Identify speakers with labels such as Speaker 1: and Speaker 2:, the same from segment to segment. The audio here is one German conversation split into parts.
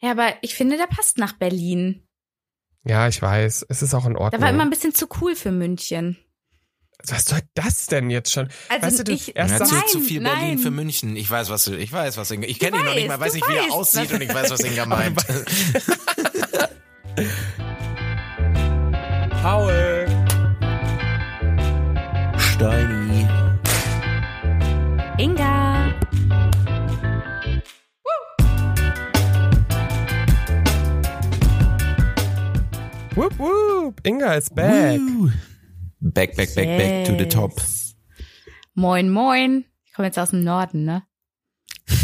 Speaker 1: Ja, aber ich finde, der passt nach Berlin.
Speaker 2: Ja, ich weiß. Es ist auch in Ordnung.
Speaker 1: Der war immer ein bisschen zu cool für München.
Speaker 2: Was soll das denn jetzt schon?
Speaker 1: Also
Speaker 2: weißt du, du
Speaker 1: ich-
Speaker 2: erst
Speaker 1: Ja,
Speaker 2: sagst,
Speaker 1: nein,
Speaker 2: du,
Speaker 1: zu-
Speaker 3: zu viel Berlin
Speaker 1: nein.
Speaker 3: für München. Ich weiß, was du, ich weiß, was Inga, ich kenne ihn noch
Speaker 1: weißt,
Speaker 3: nicht mal, weiß
Speaker 1: du
Speaker 3: nicht, wie
Speaker 1: weißt.
Speaker 3: er aussieht und ich weiß, was Inga meint.
Speaker 2: Paul.
Speaker 3: Steini.
Speaker 1: Inga.
Speaker 2: Whoop, whoop. Inga is back.
Speaker 3: Back, back, back, back to the top.
Speaker 1: Yes. Moin, moin. Ich komme jetzt aus dem Norden, ne?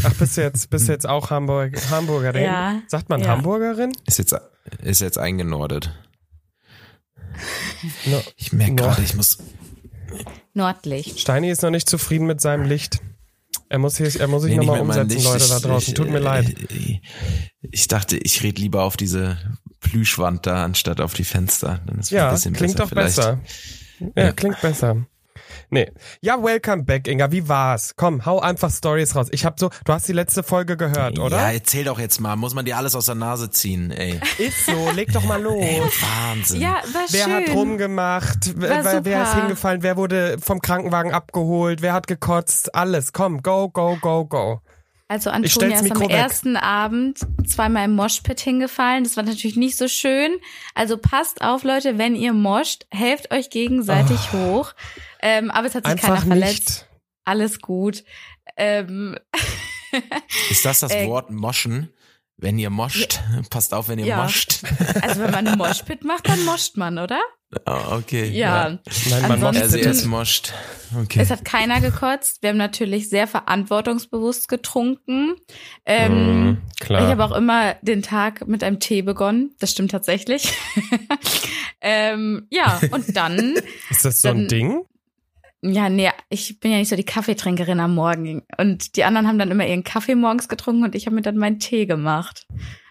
Speaker 2: Ach, bist du jetzt, bist du jetzt auch Hamburg, Hamburgerin?
Speaker 1: Ja.
Speaker 2: Sagt man
Speaker 1: Ja.
Speaker 2: Hamburgerin?
Speaker 3: Ist jetzt, ist jetzt eingenordet.
Speaker 2: No.
Speaker 3: Ich merke
Speaker 2: Boah.
Speaker 3: gerade, ich muss,
Speaker 1: Nordlicht.
Speaker 2: Steini ist noch nicht zufrieden mit seinem Licht. Er muss, hier, er muss sich
Speaker 3: Nee, nicht
Speaker 2: nochmal
Speaker 3: mit meinem
Speaker 2: umsetzen, Leute,
Speaker 3: Licht.
Speaker 2: da
Speaker 3: Ich- äh,
Speaker 2: draußen.
Speaker 3: ich-
Speaker 2: Tut mir leid.
Speaker 3: Ich, ich dachte, ich rede lieber auf diese Plüschwand da, anstatt auf die Fenster. Dann ist es ein
Speaker 2: Ja,
Speaker 3: bisschen
Speaker 2: klingt
Speaker 3: besser
Speaker 2: doch
Speaker 3: vielleicht.
Speaker 2: besser. Ja,
Speaker 3: Ja.
Speaker 2: klingt besser. Nee. Ja, welcome back, Inga. Wie war's? Komm, hau einfach Stories raus. Ich hab so, du hast die letzte Folge gehört,
Speaker 3: Ja,
Speaker 2: oder?
Speaker 3: erzähl doch jetzt mal. Muss man dir alles aus der Nase ziehen, ey.
Speaker 2: Ist so, leg doch mal
Speaker 3: ey
Speaker 2: los.
Speaker 3: Wahnsinn.
Speaker 1: Ja, war
Speaker 2: Wer
Speaker 1: schön.
Speaker 2: hat rumgemacht?
Speaker 1: War
Speaker 2: Wer, wer, wer ist
Speaker 1: super.
Speaker 2: hingefallen? Wer wurde vom Krankenwagen abgeholt? Wer hat gekotzt? Alles. Komm, go, go, go, go.
Speaker 1: Also
Speaker 2: Ich stell's
Speaker 1: Antonia ist am
Speaker 2: Mikro weg.
Speaker 1: ersten Abend zweimal im Moshpit hingefallen. Das war natürlich nicht so schön. Also passt auf, Leute, wenn ihr moscht, helft euch gegenseitig
Speaker 3: Oh.
Speaker 1: hoch. Ähm, aber es hat sich
Speaker 2: Einfach
Speaker 1: keiner verletzt.
Speaker 2: nicht.
Speaker 1: Alles gut. Ähm,
Speaker 3: Ist das das
Speaker 1: Äh,
Speaker 3: Wort moschen? Wenn ihr moscht, passt auf, wenn ihr
Speaker 1: Ja.
Speaker 3: moscht.
Speaker 1: also wenn man einen Moshpit macht, dann moscht man, oder?
Speaker 3: Ah, okay.
Speaker 1: Ja.
Speaker 2: Nein, man
Speaker 1: Ansonsten-
Speaker 2: macht
Speaker 3: Also er
Speaker 2: es
Speaker 3: ist
Speaker 2: nicht.
Speaker 3: moscht. Okay.
Speaker 1: Es hat keiner gekotzt. Wir haben natürlich sehr verantwortungsbewusst getrunken. Ähm,
Speaker 2: Mhm, Klar.
Speaker 1: Ich habe auch immer den Tag mit einem Tee begonnen. Das stimmt tatsächlich. ähm, ja, und dann,
Speaker 2: ist das so ein
Speaker 1: dann-
Speaker 2: Ding?
Speaker 1: ja, nee, ich bin ja nicht so die Kaffeetrinkerin am Morgen. Und die anderen haben dann immer ihren Kaffee morgens getrunken und ich habe mir dann meinen Tee gemacht.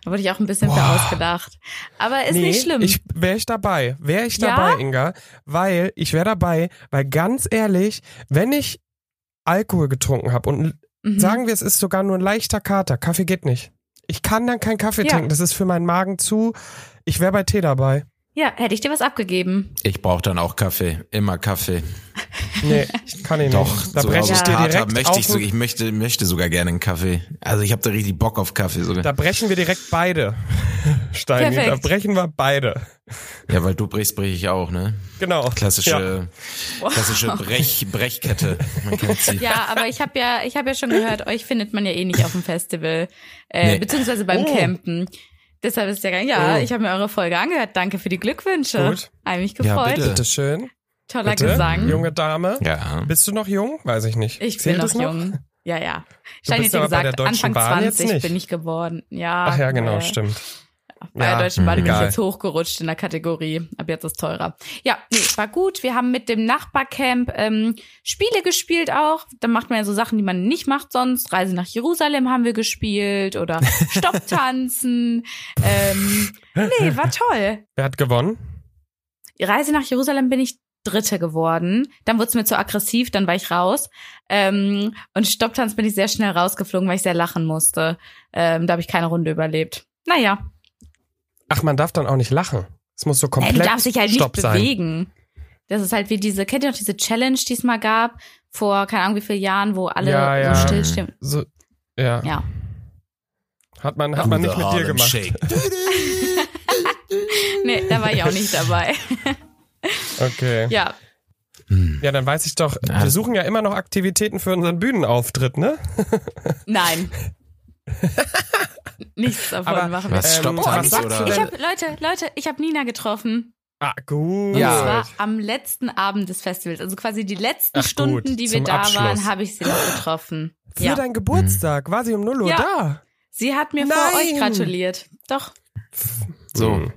Speaker 1: Da wurde ich auch ein bisschen für
Speaker 2: Boah.
Speaker 1: ausgedacht. Aber ist
Speaker 2: nee,
Speaker 1: nicht schlimm.
Speaker 2: Ich wäre ich dabei. Wäre ich
Speaker 1: Ja?
Speaker 2: dabei, Inga, weil ich wäre dabei, weil ganz ehrlich, wenn ich Alkohol getrunken habe und
Speaker 1: Mhm.
Speaker 2: sagen wir, es ist sogar nur ein leichter Kater, Kaffee geht nicht. Ich kann dann keinen Kaffee
Speaker 1: Ja.
Speaker 2: trinken, das ist für meinen Magen zu. Ich wäre bei Tee dabei.
Speaker 1: ja, hätte ich dir was abgegeben.
Speaker 3: Ich brauche dann auch Kaffee. Immer Kaffee.
Speaker 2: Nee, kann ich
Speaker 3: Doch,
Speaker 2: nicht. Genau. Da
Speaker 3: sogar
Speaker 2: breche ich
Speaker 3: so
Speaker 2: dir
Speaker 3: Kater
Speaker 2: direkt
Speaker 3: möchte ich,
Speaker 2: auf
Speaker 3: so,
Speaker 2: den-
Speaker 3: ich möchte, möchte sogar gerne einen Kaffee. Also ich habe da richtig Bock auf Kaffee sogar.
Speaker 2: Da brechen wir direkt beide. Steini, da
Speaker 1: Perfekt.
Speaker 2: brechen wir beide.
Speaker 3: Ja, weil du brichst, brich ich auch, ne?
Speaker 2: Genau. Ja.
Speaker 3: Klassische, klassische Brech, Brechkette. Man kennt sie.
Speaker 1: Ja, aber ich habe ja, ich habe ja schon gehört, euch findet man ja eh nicht auf dem Festival, äh,
Speaker 3: Nee.
Speaker 1: beziehungsweise beim
Speaker 2: Oh.
Speaker 1: Campen. Deshalb ist ja gar ja,
Speaker 2: Oh.
Speaker 1: ich habe mir eure Folge angehört. Danke für die Glückwünsche.
Speaker 2: Gut.
Speaker 1: Hab mich
Speaker 3: Ja,
Speaker 1: gefreut.
Speaker 3: bitte.
Speaker 2: Bitte schön.
Speaker 1: Toller
Speaker 2: Bitte.
Speaker 1: Gesang.
Speaker 2: Junge Dame.
Speaker 3: Ja.
Speaker 2: Bist du noch jung? Weiß ich nicht.
Speaker 1: Mhm. Ich
Speaker 2: Zählt
Speaker 1: bin noch
Speaker 2: es
Speaker 1: jung. Ja, ja.
Speaker 2: Du
Speaker 1: Stein hat ja
Speaker 2: bist aber bei
Speaker 1: gesagt,
Speaker 2: der Deutschen
Speaker 1: Anfang
Speaker 2: Bahn jetzt
Speaker 1: 20
Speaker 2: nicht.
Speaker 1: bin ich geworden. Ja.
Speaker 2: Ach ja, genau,
Speaker 1: äh,
Speaker 2: stimmt.
Speaker 1: Bei
Speaker 2: Ja, hm,
Speaker 1: der Deutschen Bahn bin ich
Speaker 2: egal.
Speaker 1: jetzt hochgerutscht in der Kategorie. Ab jetzt ist teurer. Ja, nee, war gut. Wir haben mit dem Nachbarcamp ähm, Spiele gespielt auch. Da macht man ja so Sachen, die man nicht macht sonst. Reise nach Jerusalem haben wir gespielt oder Stopptanzen. ähm, nee, war toll.
Speaker 2: Wer hat gewonnen?
Speaker 1: Reise nach Jerusalem bin ich Dritte geworden. Dann wurde es mir zu aggressiv, dann war ich raus. Ähm, und Stopptanz bin ich sehr schnell rausgeflogen, weil ich sehr lachen musste. Ähm, da habe ich keine Runde überlebt. Naja,
Speaker 2: Ach, man darf dann auch nicht lachen. Es muss so
Speaker 1: Ja,
Speaker 2: komplett
Speaker 1: du darfst dich halt nicht
Speaker 2: Stopp sein.
Speaker 1: bewegen. Das ist halt wie diese, kennt ihr noch diese Challenge, die es mal gab, vor keine Ahnung wie vielen Jahren, wo alle
Speaker 2: Ja, ja.
Speaker 1: so stillstehen.
Speaker 2: So, ja.
Speaker 1: Ja.
Speaker 2: hat man, hat man nicht mit dir gemacht.
Speaker 1: Nee, da war ich auch nicht dabei.
Speaker 2: Okay. Ja.
Speaker 1: Ja. Ähm,
Speaker 3: Hm.
Speaker 2: dann weiß ich doch,
Speaker 3: Ja.
Speaker 2: wir suchen ja immer noch Aktivitäten für unseren Bühnenauftritt, ne?
Speaker 1: Nein. Nichts davon
Speaker 2: Aber-
Speaker 1: machen wir.
Speaker 3: Was,
Speaker 2: Ähm,
Speaker 3: stoppt
Speaker 2: oh, was
Speaker 3: alles,
Speaker 2: sagst
Speaker 3: oder?
Speaker 2: du
Speaker 1: Ich
Speaker 2: denn?
Speaker 1: habe, Leute, Leute, ich habe Nina getroffen.
Speaker 2: Ah, gut.
Speaker 1: Und
Speaker 3: Ja.
Speaker 1: zwar am letzten Abend des Festivals. Also quasi die letzten
Speaker 2: Ach, gut.
Speaker 1: Stunden, die wir
Speaker 2: Zum
Speaker 1: da
Speaker 2: Abschluss.
Speaker 1: waren, habe ich sie noch getroffen.
Speaker 2: Für
Speaker 1: ja.
Speaker 2: deinen Geburtstag war sie um 0 Uhr
Speaker 1: Ja.
Speaker 2: da.
Speaker 1: Sie hat mir vor
Speaker 2: Nein.
Speaker 1: euch gratuliert. Doch.
Speaker 3: So.
Speaker 2: Hm.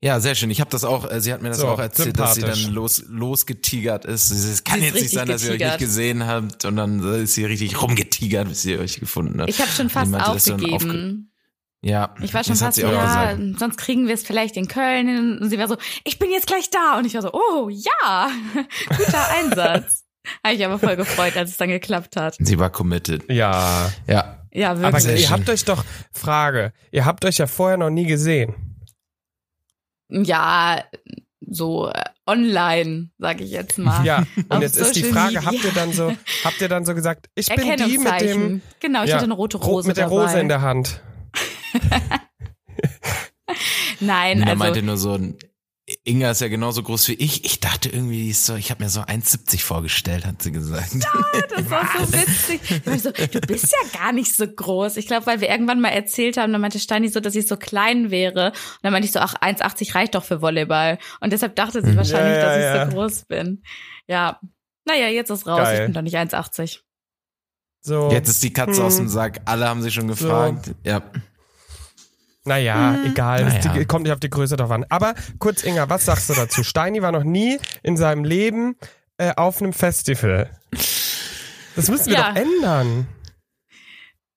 Speaker 3: Ja, sehr schön. Ich habe das auch, äh, sie hat mir das
Speaker 2: So,
Speaker 3: auch erzählt, dass sie dann
Speaker 2: sympathisch.
Speaker 3: los, losgetigert ist. Sie, es kann
Speaker 1: Sie ist
Speaker 3: jetzt nicht
Speaker 1: richtig
Speaker 3: sein, dass ihr euch nicht
Speaker 1: getigert.
Speaker 3: gesehen habt und dann äh, ist sie richtig rumgetigert, bis ihr euch gefunden habt.
Speaker 1: Ich habe schon fast
Speaker 3: meinte, dass du dann
Speaker 1: aufgegeben.
Speaker 3: ja,
Speaker 1: Ich war schon
Speaker 3: das hat
Speaker 1: fast
Speaker 3: sie
Speaker 1: so,
Speaker 3: auch
Speaker 1: ja,
Speaker 3: gesagt.
Speaker 1: sonst kriegen wir es vielleicht in Köln. hin. Und sie war so, ich bin jetzt gleich da. Und ich war so, oh ja, guter Einsatz. Habe ich aber voll gefreut, als es dann geklappt hat.
Speaker 3: Sie war committed.
Speaker 2: Ja.
Speaker 3: Ja.
Speaker 1: Ja,
Speaker 2: Aber
Speaker 1: wirklich.
Speaker 3: Sehr
Speaker 2: ihr
Speaker 3: schön.
Speaker 2: habt euch doch, Frage, ihr habt euch ja vorher noch nie gesehen.
Speaker 1: ja, so äh, online, sage ich jetzt mal.
Speaker 2: Ja, und
Speaker 1: Auf
Speaker 2: jetzt ist die
Speaker 1: Social
Speaker 2: Frage,
Speaker 1: Media.
Speaker 2: habt ihr dann so, habt ihr dann so gesagt, ich bin die mit dem
Speaker 1: Erkennungszeichen. genau, ich
Speaker 2: Ja,
Speaker 1: hatte eine rote
Speaker 2: Ro-
Speaker 1: Rose
Speaker 2: mit der
Speaker 1: dabei.
Speaker 2: Rose in der Hand.
Speaker 1: Nein,
Speaker 3: Und er
Speaker 1: also
Speaker 3: meinte nur so, Inga ist ja genauso groß wie ich. Ich dachte irgendwie, die ist so, ich habe mir so 1,70 vorgestellt, hat sie gesagt.
Speaker 1: das war so witzig. Ich war so, du bist ja gar nicht so groß. Ich glaube, weil wir irgendwann mal erzählt haben, dann meinte Steini so, dass ich so klein wäre. Und dann meinte ich so, ach, 1,80 reicht doch für Volleyball. Und deshalb dachte sie wahrscheinlich,
Speaker 2: Mhm.
Speaker 1: dass
Speaker 2: Ja, ja,
Speaker 1: ich
Speaker 2: ja.
Speaker 1: so groß bin. Ja. Naja, jetzt ist raus.
Speaker 2: Geil.
Speaker 1: Ich bin doch nicht 1,80.
Speaker 2: So,
Speaker 3: Jetzt ist die Katze
Speaker 2: Hm.
Speaker 3: aus dem Sack. Alle haben sich schon gefragt. Ja.
Speaker 2: naja,
Speaker 1: Mhm.
Speaker 2: egal, das
Speaker 3: Naja.
Speaker 2: die- kommt nicht auf die Größe drauf an. Aber kurz, Inga, was sagst du dazu? Steini war noch nie in seinem Leben äh, auf einem Festival. Das müssen wir
Speaker 1: Ja.
Speaker 2: doch ändern.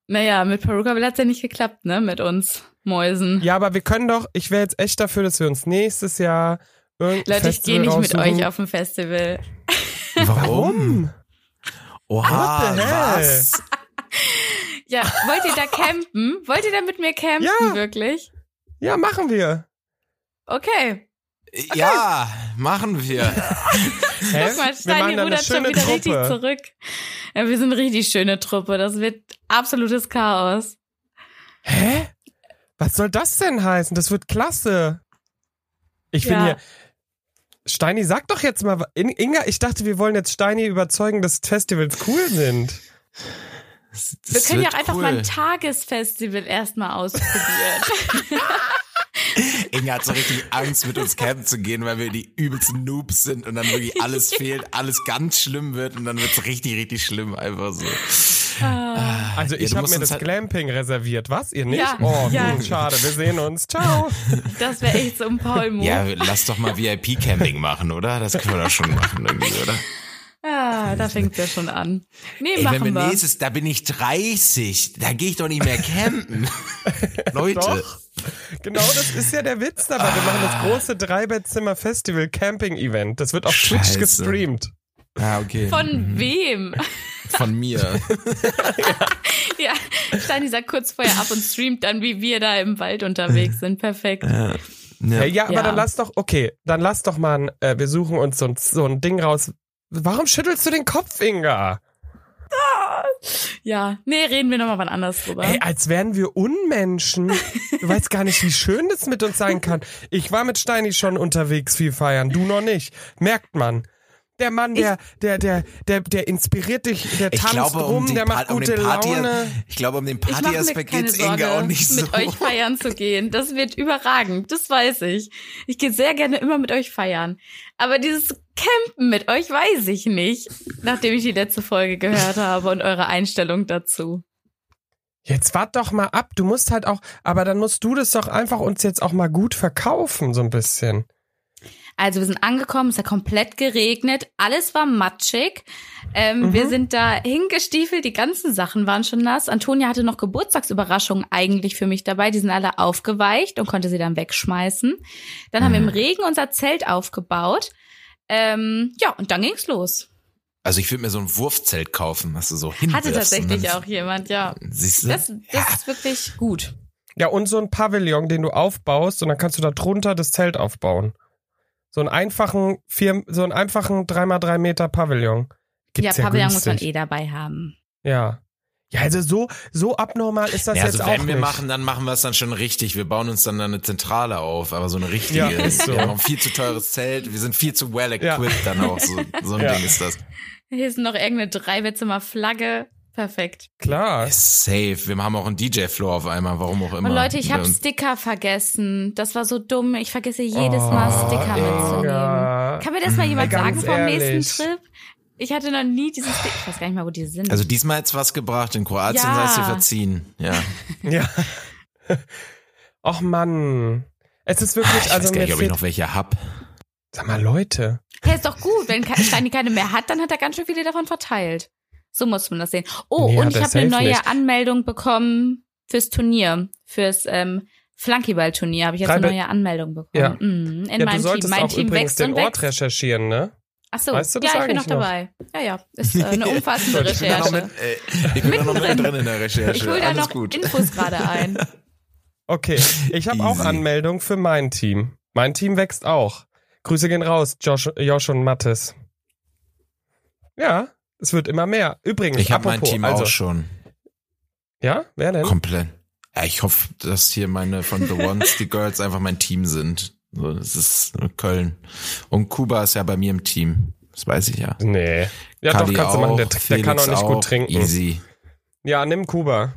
Speaker 1: Naja, mit Peruka hat's ja nicht geklappt, ne? Mit uns Mäusen.
Speaker 2: Ja, aber wir können doch, ich wäre jetzt echt dafür, dass wir uns nächstes Jahr irgendein
Speaker 1: Leute, ich
Speaker 2: Festival
Speaker 1: gehe nicht mit
Speaker 2: raussuchen.
Speaker 1: euch auf ein Festival.
Speaker 3: Warum?
Speaker 2: What
Speaker 3: Oha,
Speaker 2: the hell?
Speaker 3: was?
Speaker 1: Ja, wollt ihr da campen? Wollt ihr da mit mir campen,
Speaker 2: Ja.
Speaker 1: wirklich?
Speaker 2: Ja, machen wir.
Speaker 1: Okay.
Speaker 3: Ja, machen wir.
Speaker 2: Hä?
Speaker 1: Guck mal, Steini
Speaker 2: wir machen dann eine
Speaker 1: rudert schon
Speaker 2: schöne
Speaker 1: wieder richtig
Speaker 2: Truppe.
Speaker 1: zurück. Ja, wir sind eine richtig schöne Truppe. Das wird absolutes Chaos.
Speaker 2: Hä? Was soll das denn heißen? Das wird klasse. Ich bin
Speaker 1: Ja.
Speaker 2: hier. Steini, sag doch jetzt mal, wa- In Inga, ich dachte, wir wollen jetzt Steini überzeugen, dass Festivals cool sind.
Speaker 3: Das
Speaker 1: Wir können ja
Speaker 3: wird
Speaker 1: auch einfach mal
Speaker 3: cool.
Speaker 1: ein Tagesfestival erstmal ausprobieren.
Speaker 3: Inga hat so richtig Angst, mit uns campen zu gehen, weil wir die übelsten Noobs sind und dann wirklich alles fehlt, alles ganz schlimm wird und dann wird's richtig, richtig schlimm, einfach so.
Speaker 1: Ah.
Speaker 2: Also
Speaker 3: Ja,
Speaker 2: ich
Speaker 3: du
Speaker 2: habe
Speaker 3: musst
Speaker 2: mir
Speaker 3: uns
Speaker 2: das
Speaker 3: halt-
Speaker 2: Glamping reserviert. Was? Ihr nicht?
Speaker 1: Ja.
Speaker 2: Oh,
Speaker 1: Ja.
Speaker 2: hm, schade. Wir sehen uns. Ciao.
Speaker 1: das wäre echt so ein Paulmo.
Speaker 3: Ja, lass doch mal VIP-Camping machen, oder? Das können wir doch schon machen irgendwie, oder?
Speaker 1: Ah, da fängt's ja schon an. Nee,
Speaker 3: Ey, wenn
Speaker 1: machen
Speaker 3: wir
Speaker 1: wir.
Speaker 3: nächstes, da bin ich 30, da gehe ich doch nicht mehr campen. Leute,
Speaker 2: Doch. Genau, das ist ja der Witz dabei. Wir machen
Speaker 3: Ah.
Speaker 2: das große Dreibettzimmer-Festival-Camping-Event. Das wird auf Twitch
Speaker 3: Scheiße.
Speaker 2: gestreamt.
Speaker 3: ah, okay.
Speaker 1: Von wem?
Speaker 3: Von mir.
Speaker 1: ja, Steini sagt kurz vorher ab und streamt dann, wie wir da im Wald unterwegs sind. Perfekt.
Speaker 2: Ja, ja, aber
Speaker 1: Ja.
Speaker 2: dann lass doch, okay, dann lass doch mal, ein, äh, wir suchen uns so ein, so ein Ding raus. Warum schüttelst du den Kopf, Inga?
Speaker 1: Ja, nee, reden wir nochmal wann anders drüber.
Speaker 2: Ey, als wären wir Unmenschen. Du weißt gar nicht, wie schön das mit uns sein kann. Ich war mit Steini schon unterwegs viel feiern, du noch nicht. Merkt man. Der Mann, der, der, der, der, der inspiriert dich, der
Speaker 3: Ich
Speaker 2: tanzt
Speaker 3: glaube, um
Speaker 2: rum,
Speaker 3: den,
Speaker 2: der macht
Speaker 3: Pa- um
Speaker 2: gute
Speaker 3: den Party,
Speaker 2: Laune.
Speaker 3: ich glaube, um den
Speaker 1: ich mache mir
Speaker 3: Partyaspekt
Speaker 1: keine
Speaker 3: geht's Inga auch
Speaker 1: Sorge,
Speaker 3: nicht so.
Speaker 1: mit euch feiern zu gehen. Das wird überragend, das weiß ich. Ich gehe sehr gerne immer mit euch feiern. Aber dieses Campen mit euch weiß ich nicht, nachdem ich die letzte Folge gehört habe und eure Einstellung dazu.
Speaker 2: Jetzt wart doch mal ab. Du musst halt auch, aber dann musst du das doch einfach uns jetzt auch mal gut verkaufen, so ein bisschen.
Speaker 1: Also wir sind angekommen, es hat komplett geregnet, alles war matschig. Ähm, Wir sind da hingestiefelt, die ganzen Sachen waren schon nass. Antonia hatte noch Geburtstagsüberraschungen eigentlich für mich dabei, die sind alle aufgeweicht und konnte sie dann wegschmeißen. Dann haben wir im Regen unser Zelt aufgebaut. Ähm, ja, und dann ging's los.
Speaker 3: Also ich würde mir so ein Wurfzelt kaufen, was du so hinwirfst.
Speaker 1: Hatte tatsächlich
Speaker 3: und
Speaker 1: auch jemand, ja.
Speaker 3: dann- Siehst du?
Speaker 1: Das, das ist wirklich gut.
Speaker 2: Ja, und so ein Pavillon, den du aufbaust und dann kannst du da drunter das Zelt aufbauen. So einen einfachen, vier, so einen einfachen 3x3 Meter Pavillon. Gibt's
Speaker 1: ja,
Speaker 2: ja,
Speaker 1: Pavillon muss
Speaker 2: günstig.
Speaker 1: man eh dabei haben.
Speaker 2: Ja. Ja, also so, so abnormal ist das
Speaker 3: ja,
Speaker 2: jetzt
Speaker 3: also wenn
Speaker 2: auch
Speaker 3: wir
Speaker 2: nicht.
Speaker 3: machen, dann machen wir es dann schon richtig. Wir bauen uns dann dann eine Zentrale auf, aber so eine richtige.
Speaker 2: Ja, ist so.
Speaker 3: Wir haben ein viel zu teures Zelt, wir sind viel zu well equipped dann auch. So, so ein
Speaker 2: Ja.
Speaker 3: Ding ist das.
Speaker 1: Hier ist noch irgendeine Dreibettzimmer-Flagge. Perfekt.
Speaker 2: Klar.
Speaker 3: Safe. Wir haben auch einen DJ-Floor auf einmal, warum auch immer.
Speaker 1: Und Leute, ich habe
Speaker 3: Und-
Speaker 1: Sticker vergessen. Das war so dumm. Ich vergesse jedes Mal Sticker mitzunehmen.
Speaker 2: Ja.
Speaker 1: Kann mir das mal jemand
Speaker 2: Oh, Ey,
Speaker 1: sagen
Speaker 2: ganz
Speaker 1: vom
Speaker 2: ehrlich.
Speaker 1: nächsten Trip? Ich hatte noch nie diese Sticker. Ich weiß gar nicht mal, wo die sind.
Speaker 3: Also diesmal hat's was gebracht. In Kroatien
Speaker 1: Ja.
Speaker 3: sei es dir verziehen. Ja. Ah,
Speaker 2: Ja. Och Mann. Es ist wirklich,
Speaker 3: Ah, Ich
Speaker 2: also
Speaker 3: weiß gar
Speaker 2: mir
Speaker 3: nicht, ob ich
Speaker 2: fehlt,
Speaker 3: noch welche hab.
Speaker 2: sag mal Leute.
Speaker 1: hey, ist doch gut. Wenn Ke- Steini keine mehr hat, dann hat er ganz schön viele davon verteilt. So muss man das sehen. Oh,
Speaker 2: Nee, hat
Speaker 1: und ich
Speaker 2: er
Speaker 1: habe eine
Speaker 2: safe
Speaker 1: neue
Speaker 2: nicht.
Speaker 1: Anmeldung bekommen fürs Turnier. Fürs ähm, Flankyball-Turnier habe ich jetzt eine
Speaker 2: Dreibe-
Speaker 1: neue Anmeldung bekommen.
Speaker 2: Ja.
Speaker 1: Mhm, in
Speaker 2: ja, du
Speaker 1: meinem
Speaker 2: solltest
Speaker 1: Team. Mein
Speaker 2: auch
Speaker 1: Team
Speaker 2: übrigens
Speaker 1: wächst
Speaker 2: den
Speaker 1: und
Speaker 2: Ort
Speaker 1: wächst.
Speaker 2: recherchieren, ne?
Speaker 1: Ach so,
Speaker 2: Weißt du das
Speaker 1: ja, ich bin noch
Speaker 2: eigentlich noch?
Speaker 1: dabei. Ja, ja, ist äh, eine umfassende
Speaker 3: Ich bin da noch
Speaker 1: Recherche.
Speaker 3: mit, äh, ich bin da noch
Speaker 1: Mittendrin.
Speaker 3: mittendrin in der Recherche.
Speaker 1: Ich hole da
Speaker 3: Alles
Speaker 1: noch
Speaker 3: gut.
Speaker 1: Infos gerade ein.
Speaker 2: Okay, ich habe auch
Speaker 3: Easy.
Speaker 2: Anmeldung für mein Team. Mein Team wächst auch. Grüße gehen raus, Josh, Josh und Mattes. Ja, es wird immer mehr. Übrigens,
Speaker 3: Ich habe mein
Speaker 2: apropos,
Speaker 3: Team
Speaker 2: also,
Speaker 3: auch schon.
Speaker 2: Ja, wer denn?
Speaker 3: Komplett. Ja, ich hoffe, dass hier meine von The Ones, die Girls einfach mein Team sind. So, das ist Köln. Und Kuba ist ja bei mir im Team. Das weiß ich ja.
Speaker 2: Nee. Ja,
Speaker 3: Kali
Speaker 2: doch, kannst du machen. Der,
Speaker 3: auch,
Speaker 2: der kann auch
Speaker 3: Felix
Speaker 2: nicht gut trinken.
Speaker 3: Easy.
Speaker 2: Ja, nimm Kuba.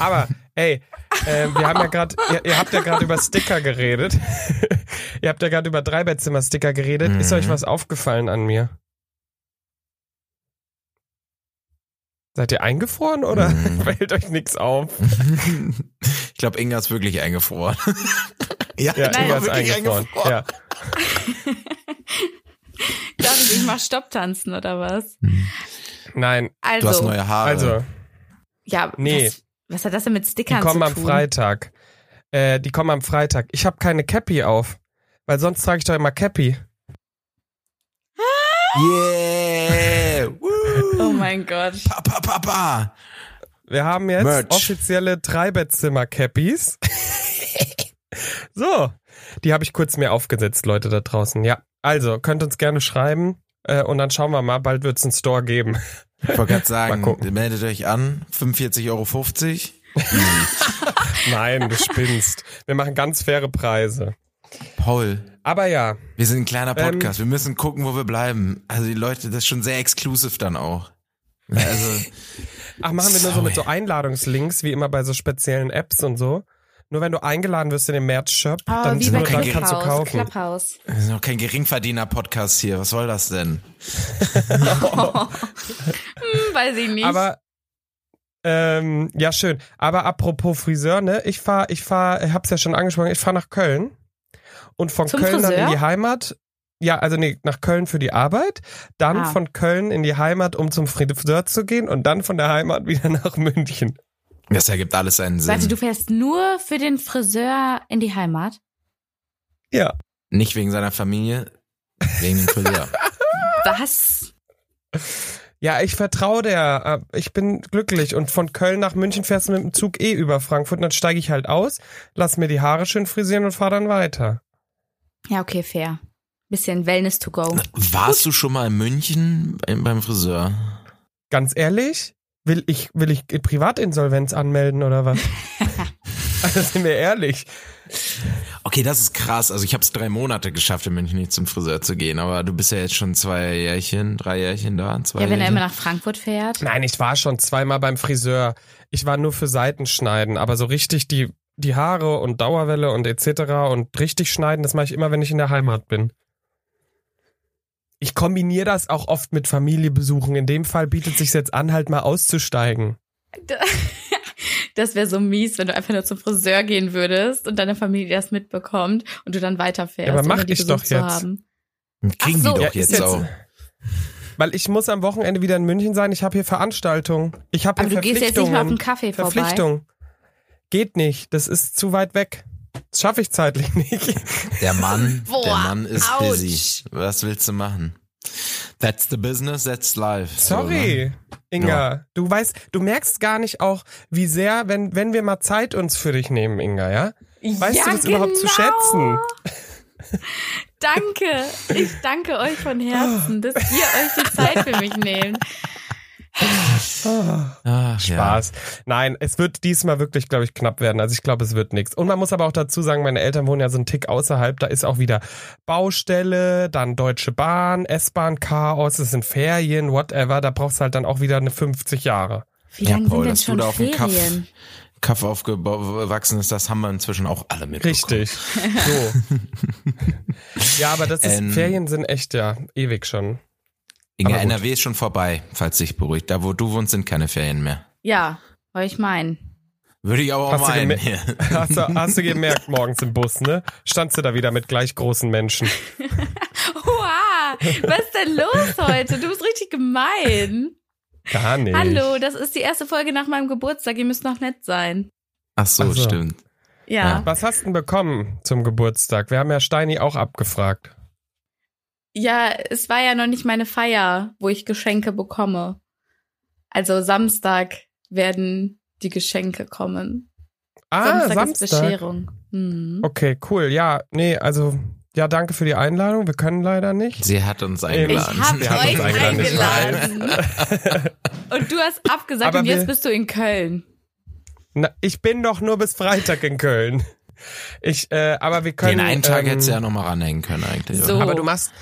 Speaker 2: Aber, ey, äh, wir haben ja gerade, ihr, ihr habt ja gerade über Sticker geredet. ihr habt ja gerade über Dreibettzimmer-Sticker geredet. Ist
Speaker 3: Mhm.
Speaker 2: euch was aufgefallen an mir? Seid ihr eingefroren oder
Speaker 3: Mhm.
Speaker 2: fällt euch nichts auf?
Speaker 3: ich glaube, Inga ist wirklich eingefroren. ja,
Speaker 2: Ja,
Speaker 1: Nein.
Speaker 2: Inga ist eingefroren. Ja.
Speaker 1: Darf ich nicht mal Stopp tanzen oder was?
Speaker 2: Nein,
Speaker 1: Also,
Speaker 3: Du hast neue Haare.
Speaker 2: also,
Speaker 1: ja,
Speaker 2: Nee.
Speaker 1: was, was hat das denn mit
Speaker 2: die
Speaker 1: Stickern zu
Speaker 2: kommen
Speaker 1: tun?
Speaker 2: am Freitag. Äh, die kommen am Freitag. Ich habe keine Cappy auf, weil sonst trage ich doch immer Cappy.
Speaker 3: Yeah! Woo!
Speaker 1: Oh mein Gott.
Speaker 3: Papa, Papa!
Speaker 2: Wir haben jetzt
Speaker 3: Merch.
Speaker 2: offizielle Dreibettzimmer-Cappies. so, die habe ich kurz mir aufgesetzt, Leute da draußen. Ja, also könnt uns gerne schreiben äh, und dann schauen wir mal. Bald wird es einen Store geben.
Speaker 3: Ich wollte gerade
Speaker 2: Mal
Speaker 3: sagen,
Speaker 2: gucken.
Speaker 3: meldet euch an. 45,50 Euro.
Speaker 2: Nein, du spinnst. Wir machen ganz faire Preise.
Speaker 3: Paul,
Speaker 2: Aber ja,
Speaker 3: wir sind ein kleiner
Speaker 2: Ähm,
Speaker 3: Podcast. wir müssen gucken, wo wir bleiben. Also die Leute, das ist schon sehr exklusiv dann auch. Also,
Speaker 2: ach, machen wir nur so
Speaker 3: Sorry.
Speaker 2: mit so Einladungslinks, wie immer bei so speziellen Apps und so. Nur wenn du eingeladen wirst in den Merch-Shop,
Speaker 1: Oh,
Speaker 2: dann,
Speaker 1: wie
Speaker 2: nur
Speaker 1: bei
Speaker 3: kein
Speaker 2: dann
Speaker 3: Geld.
Speaker 2: kannst du
Speaker 1: Clubhouse.
Speaker 2: kaufen.
Speaker 1: Clubhouse.
Speaker 3: das ist noch kein Geringverdiener-Podcast hier. Was soll das denn?
Speaker 1: Hm, weiß ich nicht.
Speaker 2: Aber ähm, ja, schön. Aber apropos Friseur, ne? Ich fahr, ich fahr, ich hab's ja schon angesprochen, ich fahr nach Köln. Und von
Speaker 1: Zum
Speaker 2: Köln dann
Speaker 1: Friseur?
Speaker 2: in die Heimat. Ja, also nee, nach Köln für die Arbeit, dann
Speaker 1: Ah.
Speaker 2: von Köln in die Heimat, um zum Friseur zu gehen und dann von der Heimat wieder nach München.
Speaker 3: Das ergibt alles seinen Sinn.
Speaker 1: Warte, du fährst nur für den Friseur in die Heimat?
Speaker 2: Ja.
Speaker 3: Nicht wegen seiner Familie, wegen dem Friseur.
Speaker 1: Was?
Speaker 2: Ja, ich vertraue der, äh, ich bin glücklich und von Köln nach München fährst du mit dem Zug eh über Frankfurt und dann steige ich halt aus, lass mir die Haare schön frisieren und fahr dann weiter.
Speaker 1: Ja, okay, fair. Bisschen Wellness to go.
Speaker 3: Warst du schon mal in München beim beim Friseur?
Speaker 2: ganz ehrlich, will ich, will ich Privatinsolvenz anmelden oder was? also sind wir ehrlich.
Speaker 3: Okay, das ist krass. Also ich habe es drei Monate geschafft, in München nicht zum Friseur zu gehen, aber du bist ja jetzt schon zwei Jährchen, drei Jährchen da, zwei
Speaker 1: Ja, wenn er
Speaker 3: Jährchen.
Speaker 1: immer nach Frankfurt fährt.
Speaker 2: Nein, ich war schon zweimal beim Friseur. Ich war nur für Seitenschneiden, aber so richtig die, die Haare und Dauerwelle und etc. und richtig schneiden, das mache ich immer, wenn ich in der Heimat bin. Ich kombiniere das auch oft mit Familiebesuchen. In dem Fall bietet sich jetzt an, halt mal auszusteigen.
Speaker 1: Das wäre so mies, wenn du einfach nur zum Friseur gehen würdest und deine Familie das mitbekommt und du dann weiterfährst.
Speaker 2: Ja, aber
Speaker 1: ohne
Speaker 2: mach
Speaker 1: die
Speaker 2: ich
Speaker 1: Besuch
Speaker 2: doch
Speaker 1: zu
Speaker 2: jetzt.
Speaker 1: Haben.
Speaker 3: Kriegen
Speaker 1: Ach so.
Speaker 3: die
Speaker 1: Ja,
Speaker 2: ist
Speaker 3: doch jetzt,
Speaker 2: jetzt-
Speaker 3: auch.
Speaker 2: Weil ich muss am Wochenende wieder in München sein. Ich habe hier Veranstaltungen. Ich habe
Speaker 1: Aber
Speaker 2: hier
Speaker 1: du gehst jetzt nicht mal auf
Speaker 2: Verpflichtungen.
Speaker 1: einen Kaffee vorbei.
Speaker 2: Verpflichtung. Geht nicht. Das ist zu weit weg. Das schaffe ich zeitlich nicht.
Speaker 3: Der Mann,
Speaker 1: Boah,
Speaker 3: der Mann ist
Speaker 1: ouch.
Speaker 3: busy. Was willst du machen? That's the business, that's life. So, ne?
Speaker 2: Sorry, Inga. Du weißt, du merkst gar nicht auch, wie sehr, wenn, wenn wir mal Zeit uns für dich nehmen, Inga, ja? Weißt
Speaker 1: ja,
Speaker 2: du das
Speaker 1: genau.
Speaker 2: überhaupt zu schätzen?
Speaker 1: Danke. Ich danke euch von Herzen, dass ihr euch die Zeit für mich nehmt.
Speaker 3: Ach, Ja.
Speaker 2: Spaß. Nein, es wird diesmal wirklich, glaube ich, knapp werden. Also ich glaube, es wird nichts. Und man muss aber auch dazu sagen, meine Eltern wohnen ja so einen Tick außerhalb. Da ist auch wieder Baustelle, dann Deutsche Bahn, S-Bahn, Chaos, es sind Ferien, whatever. Da brauchst du halt dann auch wieder eine 50 Jahre.
Speaker 1: Wie
Speaker 3: Ja,
Speaker 1: lange sind
Speaker 3: Paul,
Speaker 1: denn
Speaker 3: dass du
Speaker 1: schon
Speaker 3: da auf dem Kaff,
Speaker 1: Ferien?
Speaker 3: Kaff aufgewachsen ist, das haben wir inzwischen auch alle mitbekommen.
Speaker 2: Richtig. So. ja, aber das ist,
Speaker 3: Ähm.
Speaker 2: Ferien sind echt ja ewig schon.
Speaker 3: Inge,
Speaker 2: Aber gut.
Speaker 3: NRW ist schon vorbei, falls dich beruhigt. Da, wo du wohnst, sind keine Ferien mehr.
Speaker 1: Ja, wollte ich meinen.
Speaker 3: Würde ich aber auch
Speaker 2: Hast du
Speaker 3: meinen.
Speaker 2: Hast du, hast du gemerkt morgens im Bus, ne? Standst du da wieder mit gleich großen Menschen.
Speaker 1: Wow, was ist denn los heute? Du bist richtig gemein.
Speaker 2: Gar nicht.
Speaker 1: Hallo, das ist die erste Folge nach meinem Geburtstag. Ihr müsst noch nett sein.
Speaker 3: Ach so,
Speaker 2: Ach so.
Speaker 3: stimmt.
Speaker 1: Ja.
Speaker 2: Was hast du denn bekommen zum Geburtstag? Wir haben ja Steini auch abgefragt.
Speaker 1: Ja, es war ja noch nicht meine Feier, wo ich Geschenke bekomme. Also Samstag werden die Geschenke kommen.
Speaker 2: Ah,
Speaker 1: ist
Speaker 2: Samstag.
Speaker 1: Bescherung. Mhm.
Speaker 2: Okay, cool. Ja, nee, also, ja, danke für die Einladung. Wir können leider nicht.
Speaker 3: Sie hat uns
Speaker 1: Ich
Speaker 3: eingeladen.
Speaker 1: hab
Speaker 2: Wir haben uns
Speaker 1: euch
Speaker 2: eingeladen, ich
Speaker 1: eingeladen. Und du hast abgesagt
Speaker 2: Aber
Speaker 1: und
Speaker 2: wir-
Speaker 1: jetzt bist du in Köln.
Speaker 2: Na, ich bin doch nur bis Freitag in Köln. Ich, äh, aber wir können.
Speaker 3: Den einen Tag
Speaker 2: ähm,
Speaker 3: hättest du ja nochmal ranhängen können eigentlich.
Speaker 1: So.
Speaker 3: oder?
Speaker 2: Aber du machst,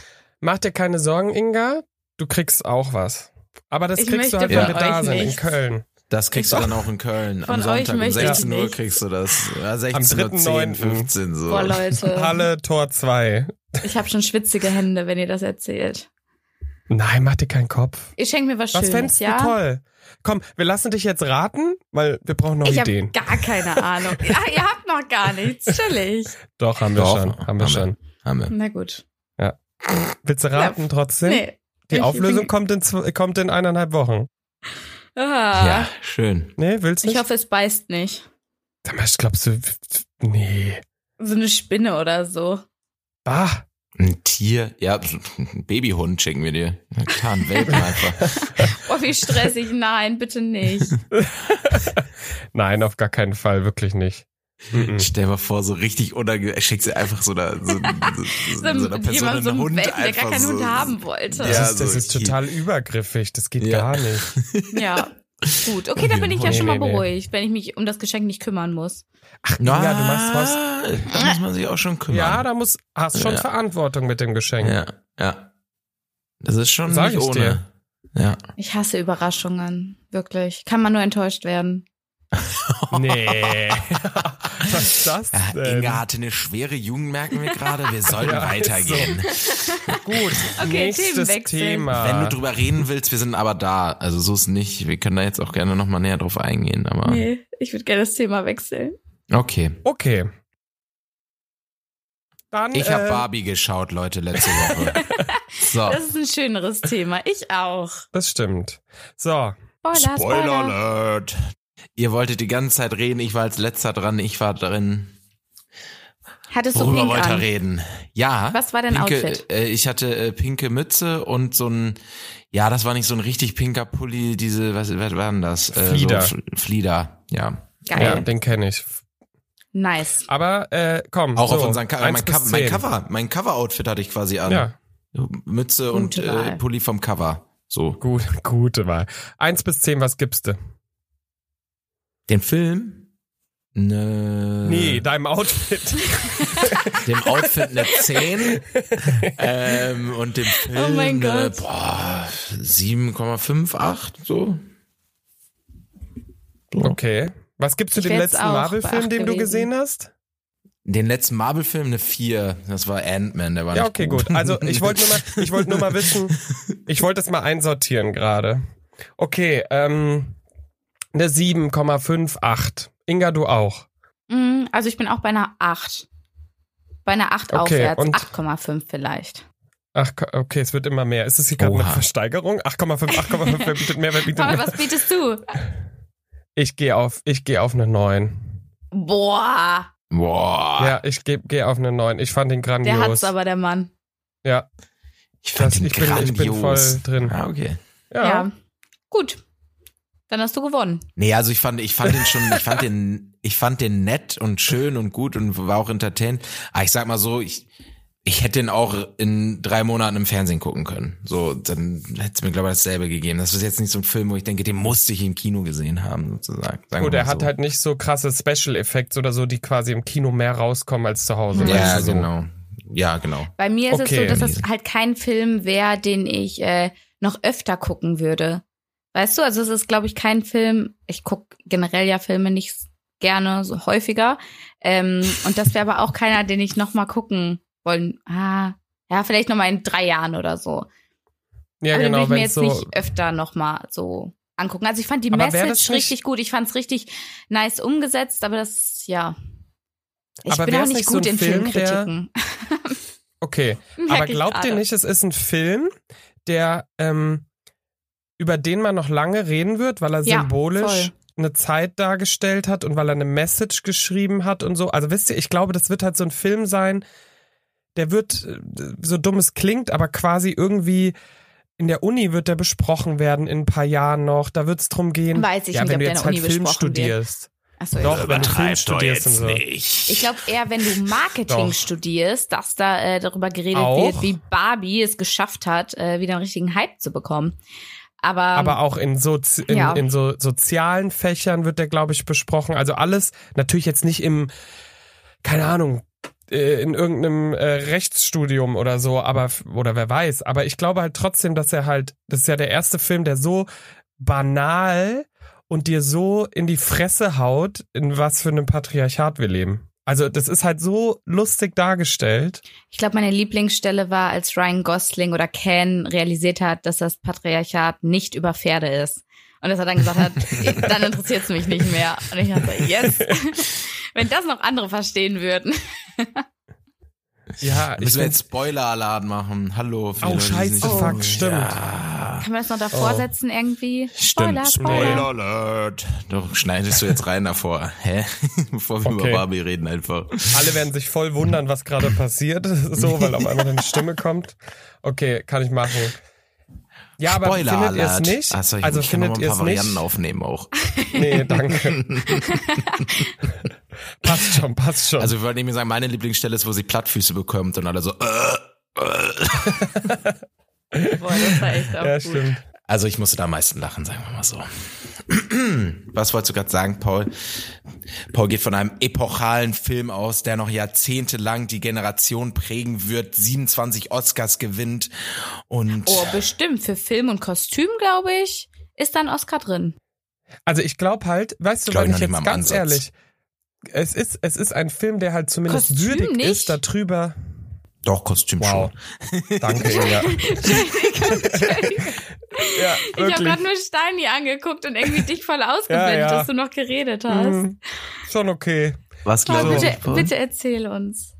Speaker 2: mach dir keine Sorgen, Inga. Du kriegst auch was. Aber das
Speaker 1: Ich
Speaker 2: kriegst
Speaker 1: möchte
Speaker 2: du halt,
Speaker 1: von
Speaker 2: wenn wir
Speaker 1: euch
Speaker 2: da sind, in
Speaker 1: nichts.
Speaker 2: Köln.
Speaker 3: Das kriegst du dann auch in Köln.
Speaker 1: Von
Speaker 3: Am
Speaker 1: euch
Speaker 3: Sonntag um
Speaker 1: möchte ich
Speaker 3: 16 Uhr
Speaker 1: nicht.
Speaker 3: kriegst du das. Ja, 16 Uhr, 10,
Speaker 2: 3.9..
Speaker 3: 15 so.
Speaker 1: Boah, Leute.
Speaker 2: Halle Tor 2.
Speaker 1: Ich habe schon schwitzige Hände, wenn ihr das erzählt.
Speaker 2: Nein, mach dir keinen Kopf.
Speaker 1: Ihr schenkt mir was,
Speaker 2: Was
Speaker 1: Schönes,
Speaker 2: fändest
Speaker 1: ja?
Speaker 2: du toll? Komm, wir lassen dich jetzt raten, weil wir brauchen noch
Speaker 1: Ich habe
Speaker 2: Ideen.
Speaker 1: gar keine Ahnung. ja, ihr habt noch gar nichts. Chillig.
Speaker 2: Doch, haben wir
Speaker 3: Doch,
Speaker 2: schon. Haben wir schon.
Speaker 3: Haben wir.
Speaker 1: Na gut.
Speaker 2: Willst du raten trotzdem?
Speaker 1: Nee.
Speaker 2: Die
Speaker 1: Ich-
Speaker 2: Auflösung kommt in, zw- kommt in eineinhalb Wochen.
Speaker 1: Ah.
Speaker 3: Ja, schön.
Speaker 2: Nee, willst du
Speaker 1: Ich
Speaker 2: nicht?
Speaker 1: hoffe, es beißt nicht.
Speaker 2: Sag mal, ich glaubst du, nee.
Speaker 1: So eine Spinne oder so.
Speaker 2: Bah,
Speaker 3: Ein Tier. Ja, ein Babyhund schicken wir dir. Na klar, ein Welpen einfach.
Speaker 1: Oh, wie stressig. Nein, bitte nicht.
Speaker 2: nein, auf gar keinen Fall, wirklich nicht. Mhm.
Speaker 3: Stell dir mal vor, so richtig unangenehm. Schickst du einfach so einer, so, so, so, so einer Person
Speaker 1: jemand, so
Speaker 3: einen
Speaker 1: ein
Speaker 3: Hund
Speaker 1: Welpen, der
Speaker 3: einfach
Speaker 1: gar keinen
Speaker 3: so.
Speaker 1: Hund haben wollte.
Speaker 2: Das,
Speaker 3: Ja,
Speaker 2: ist, das
Speaker 3: so
Speaker 2: ist
Speaker 3: hier.
Speaker 2: total übergriffig, das geht
Speaker 3: Ja.
Speaker 2: gar nicht.
Speaker 1: Ja. Gut, okay, dann bin ich ja
Speaker 2: Nee,
Speaker 1: schon mal
Speaker 2: nee, nee.
Speaker 1: beruhigt, wenn ich mich um das Geschenk nicht kümmern muss.
Speaker 3: Na,
Speaker 2: Ja, du machst
Speaker 3: was. Da muss man sich auch schon kümmern.
Speaker 2: Ja, da muss, hast schon
Speaker 3: Ja.
Speaker 2: Verantwortung mit dem Geschenk.
Speaker 3: ja, ja. Das ist schon
Speaker 2: Sag
Speaker 3: nicht
Speaker 2: ich
Speaker 3: ohne.
Speaker 2: dir.
Speaker 3: Ja.
Speaker 1: Ich hasse Überraschungen, wirklich. Kann man nur enttäuscht werden.
Speaker 2: Nee. was ist das
Speaker 3: Ah,
Speaker 2: denn?
Speaker 3: Inga hatte eine schwere Jugend, merken wir gerade. Wir sollten
Speaker 2: Ja, ist
Speaker 3: weitergehen.
Speaker 2: Gut,
Speaker 1: Okay,
Speaker 2: nächstes
Speaker 1: Themenwechsel.
Speaker 2: Thema.
Speaker 1: Ah.
Speaker 3: Wenn du drüber reden willst, wir sind aber da. Also so ist nicht. Wir können da jetzt auch gerne nochmal näher drauf eingehen,
Speaker 2: Ah.
Speaker 3: aber.
Speaker 1: Nee, ich würde gerne das Thema wechseln.
Speaker 3: Okay.
Speaker 2: okay. Dann,
Speaker 3: Ich habe
Speaker 2: äh,
Speaker 3: Barbie geschaut, Leute, letzte Woche.
Speaker 2: Ah.
Speaker 3: So.
Speaker 1: Das ist ein schöneres Thema. Ich auch.
Speaker 2: Das stimmt. So,
Speaker 1: Spoiler, Spoiler.
Speaker 3: Alert. Ihr wolltet die ganze Zeit reden, ich war als letzter dran, ich war drin.
Speaker 1: Hattest du
Speaker 3: Worüber
Speaker 1: Pink
Speaker 3: wollt ihr
Speaker 1: an?
Speaker 3: reden? Ja.
Speaker 1: Was war dein
Speaker 3: pinke,
Speaker 1: Outfit?
Speaker 3: Äh, ich hatte äh, pinke Mütze und so ein, ja, das war nicht so ein richtig pinker Pulli, diese, was, was war denn das? Äh,
Speaker 2: Flieder.
Speaker 3: So, F- Flieder, ja.
Speaker 2: äh, ja,
Speaker 1: Geil.
Speaker 2: den kenne ich.
Speaker 1: Nice.
Speaker 2: Aber äh, komm,
Speaker 3: Auch
Speaker 2: so,
Speaker 3: auf unseren Cover.
Speaker 2: eins
Speaker 3: Mein,
Speaker 2: bis
Speaker 3: Cover, mein
Speaker 2: zehn.
Speaker 3: Cover, mein Cover-Outfit hatte ich quasi an.
Speaker 2: Ja,
Speaker 3: Mütze und
Speaker 1: Gute
Speaker 3: äh,
Speaker 1: Wahl.
Speaker 3: Pulli vom Cover. So.
Speaker 2: gut, gute Wahl. Eins bis zehn, was gibst du?
Speaker 3: Äh. Den Film? Ne.
Speaker 2: Nee, deinem Outfit.
Speaker 3: Dem Outfit eine 10. ähm, und dem Film
Speaker 1: Oh mein
Speaker 3: eine,
Speaker 1: Gott.
Speaker 3: boah, 7,58 so.
Speaker 2: Okay. Was gibst du
Speaker 1: Ich
Speaker 2: dem
Speaker 1: wär's
Speaker 2: letzten
Speaker 1: auch
Speaker 2: Marvel-Film,
Speaker 1: bei
Speaker 2: den du
Speaker 1: acht gewesen.
Speaker 2: gesehen hast?
Speaker 3: Den letzten Marvel-Film eine 4. Das war Ant-Man, der war
Speaker 2: Ja,
Speaker 3: nicht
Speaker 2: okay, gut. Also ich wollte nur, mal- ich wollte nur mal wissen, ich wollte das mal einsortieren gerade. Okay, ähm, eine 7,58. Inga, du auch.
Speaker 1: Mm, Also ich bin auch bei einer 8. Bei einer 8
Speaker 2: Okay,
Speaker 1: aufwärts.
Speaker 2: und-
Speaker 1: 8,5 vielleicht.
Speaker 2: Ach, ko- okay, es wird immer mehr. Ist es hier gerade eine
Speaker 3: Oha.
Speaker 2: Versteigerung? 8,5, 8,5, wer bietet mehr, wer bietet
Speaker 1: Paul,
Speaker 2: mehr?
Speaker 1: was bietest du?
Speaker 2: Ich gehe auf, ich gehe auf eine 9.
Speaker 1: Boah,
Speaker 3: Boah.
Speaker 2: Ja, ich gehe geh auf eine 9. Ich fand ihn grandios.
Speaker 1: der hat's aber, der Mann.
Speaker 2: Ja,
Speaker 3: ich fand
Speaker 2: das,
Speaker 3: den
Speaker 2: ich, bin, ich bin voll
Speaker 3: grandios.
Speaker 2: drin.
Speaker 3: Ah, okay.
Speaker 1: Ja.
Speaker 2: Ja.
Speaker 1: Gut. Dann hast du gewonnen.
Speaker 3: Nee, also ich fand, ich fand den schon, ich fand den, ich fand den nett und schön und gut und war auch entertained. Aber ich sag mal so, ich, ich hätte den auch in drei Monaten im Fernsehen gucken können. So, dann hätte es mir, glaube ich, dasselbe gegeben. Das ist jetzt nicht so ein Film, wo ich denke, den musste ich im Kino gesehen haben, sozusagen. Sagen wir
Speaker 2: Gut, er
Speaker 3: mal
Speaker 2: hat
Speaker 3: so.
Speaker 2: halt nicht so krasse Special Effects oder so, die quasi im Kino mehr rauskommen als zu Hause.
Speaker 3: Ja,
Speaker 2: weißt du, so.
Speaker 3: genau. Ja, genau.
Speaker 1: Bei mir ist
Speaker 2: Okay.
Speaker 1: es so, dass es halt kein Film wäre, den ich äh, noch öfter gucken würde. Weißt du, also es ist, glaube ich, kein Film. Ich guck generell ja Filme nicht s- gerne so häufiger. Ähm, und das wäre aber auch keiner, den ich noch mal gucken wollen. Ah, ja, vielleicht noch mal in drei Jahren oder so.
Speaker 2: Ja,
Speaker 1: aber den würde Also ich
Speaker 2: genau,
Speaker 1: mir
Speaker 2: wenn
Speaker 1: jetzt
Speaker 2: so.
Speaker 1: nicht öfter noch mal so angucken. Also ich fand die
Speaker 2: Aber wär das
Speaker 1: Message
Speaker 2: nicht-
Speaker 1: richtig gut. Ich fand's richtig nice umgesetzt, aber das, ja. Ich
Speaker 2: Aber
Speaker 1: bin auch
Speaker 2: wär's
Speaker 1: nicht
Speaker 2: nicht so
Speaker 1: gut
Speaker 2: ein
Speaker 1: in
Speaker 2: Film, der-
Speaker 1: Filmkritiken.
Speaker 2: Okay,
Speaker 1: Merk
Speaker 2: aber
Speaker 1: ich
Speaker 2: glaubt ihr
Speaker 1: gerade.
Speaker 2: nicht, es ist ein Film, der ähm, über den man noch lange reden wird, weil er
Speaker 1: Ja,
Speaker 2: symbolisch
Speaker 1: voll.
Speaker 2: eine Zeit dargestellt hat und weil er eine Message geschrieben hat und so. Also wisst ihr, ich glaube, das wird halt so ein Film sein, der wird, äh, so dumm es klingt, aber quasi irgendwie in der Uni wird der besprochen werden in ein paar Jahren noch. Da wird es drum gehen.
Speaker 1: Weiß ich
Speaker 2: ja,
Speaker 1: nicht,
Speaker 2: wenn
Speaker 1: ob
Speaker 2: du
Speaker 1: der in
Speaker 2: jetzt
Speaker 1: der
Speaker 2: halt
Speaker 1: Uni
Speaker 2: Film
Speaker 1: besprochen wird.
Speaker 2: studierst.
Speaker 1: Achso, ja.
Speaker 2: Doch, wenn du Film
Speaker 3: Übertreib doch
Speaker 2: studierst und
Speaker 3: jetzt
Speaker 2: so.
Speaker 3: nicht.
Speaker 1: Ich glaube eher, wenn du Marketing
Speaker 2: Doch.
Speaker 1: studierst, dass da äh, darüber geredet
Speaker 2: Auch.
Speaker 1: wird, wie Barbie es geschafft hat, äh, wieder einen richtigen Hype zu bekommen. Aber,
Speaker 2: Aber auch in, so, in,
Speaker 1: ja.
Speaker 2: in so sozialen Fächern wird der, glaube ich, besprochen. Also alles, natürlich jetzt nicht im, keine Ahnung, äh, in irgendeinem äh, Rechtsstudium oder so, aber, f- oder wer weiß. Aber ich glaube halt trotzdem, dass er halt, das ist ja der erste Film, der so banal und dir so in die Fresse haut, in was für einem Patriarchat wir leben. Also das ist halt so lustig dargestellt.
Speaker 1: ähm, ich glaube, meine Lieblingsstelle war, als Ryan Gosling oder Ken realisiert hat, dass das Patriarchat nicht über Pferde ist. Und dass er dann gesagt hat, dann interessiert es mich nicht mehr. Und ich dachte, yes. Wenn das noch andere verstehen würden.
Speaker 2: Ja, ich
Speaker 3: Müssen wir
Speaker 2: bin,
Speaker 3: jetzt Spoiler-Alarm machen. Hallo. für die
Speaker 2: oh
Speaker 3: Leute, die es
Speaker 2: scheiße,
Speaker 3: nicht
Speaker 1: Oh.
Speaker 2: fuck,
Speaker 3: wissen.
Speaker 2: stimmt.
Speaker 1: Kann man das noch davor
Speaker 2: Oh.
Speaker 1: setzen irgendwie? Spoiler,
Speaker 3: Stimmt.
Speaker 1: Spoiler.
Speaker 3: Alert. Doch, schneidest du jetzt rein davor. Hä? Bevor wir
Speaker 2: Okay.
Speaker 3: über Barbie reden einfach.
Speaker 2: Alle werden sich voll wundern, was gerade passiert, so, weil auf einmal eine Stimme kommt. Okay, kann ich machen. Ja, aber
Speaker 3: Spoiler
Speaker 2: findet ihr es
Speaker 3: Alert.
Speaker 2: nicht?
Speaker 3: Achso, ich,
Speaker 2: also
Speaker 3: ich kann noch mal
Speaker 2: findet ihr
Speaker 3: ein paar
Speaker 2: es nicht?
Speaker 3: Varianten aufnehmen auch.
Speaker 2: Nee, danke. passt schon, passt schon.
Speaker 3: Also wir wollten eben sagen, meine Lieblingsstelle ist, wo sie Plattfüße bekommt und alle so, äh.
Speaker 1: Boah, das war echt auch
Speaker 2: ja,
Speaker 1: gut.
Speaker 2: stimmt.
Speaker 3: Also ich musste da am meisten lachen, sagen wir mal so. Was wolltest du gerade sagen, Paul? Paul geht von einem epochalen Film aus, der noch jahrzehntelang die Generation prägen wird, 27 Oscars gewinnt und
Speaker 1: Oh, bestimmt. Für Film und Kostüm, glaube ich, ist da ein Oscar drin.
Speaker 2: Also ich glaube halt, weißt du,
Speaker 3: Glaub
Speaker 2: wenn
Speaker 3: ich noch
Speaker 2: ich
Speaker 3: nicht
Speaker 2: jetzt
Speaker 3: mal im
Speaker 2: ganz
Speaker 3: Ansatz.
Speaker 2: ehrlich, es ist, es ist ein Film, der halt zumindest
Speaker 1: Kostüm
Speaker 2: würdig
Speaker 1: nicht?
Speaker 2: ist, darüber.
Speaker 3: doch Kostüm
Speaker 2: Wow.
Speaker 3: schon.
Speaker 2: Danke, Inga. ja,
Speaker 1: Ich habe
Speaker 2: wirklich.
Speaker 1: gerade nur Steini angeguckt und irgendwie dich voll ausgeblendet,
Speaker 2: Ja, ja.
Speaker 1: dass du noch geredet hast.
Speaker 2: Mhm. Schon okay.
Speaker 3: Was
Speaker 1: Paul,
Speaker 2: glaubst
Speaker 1: Oh, bitte, bitte erzähl uns.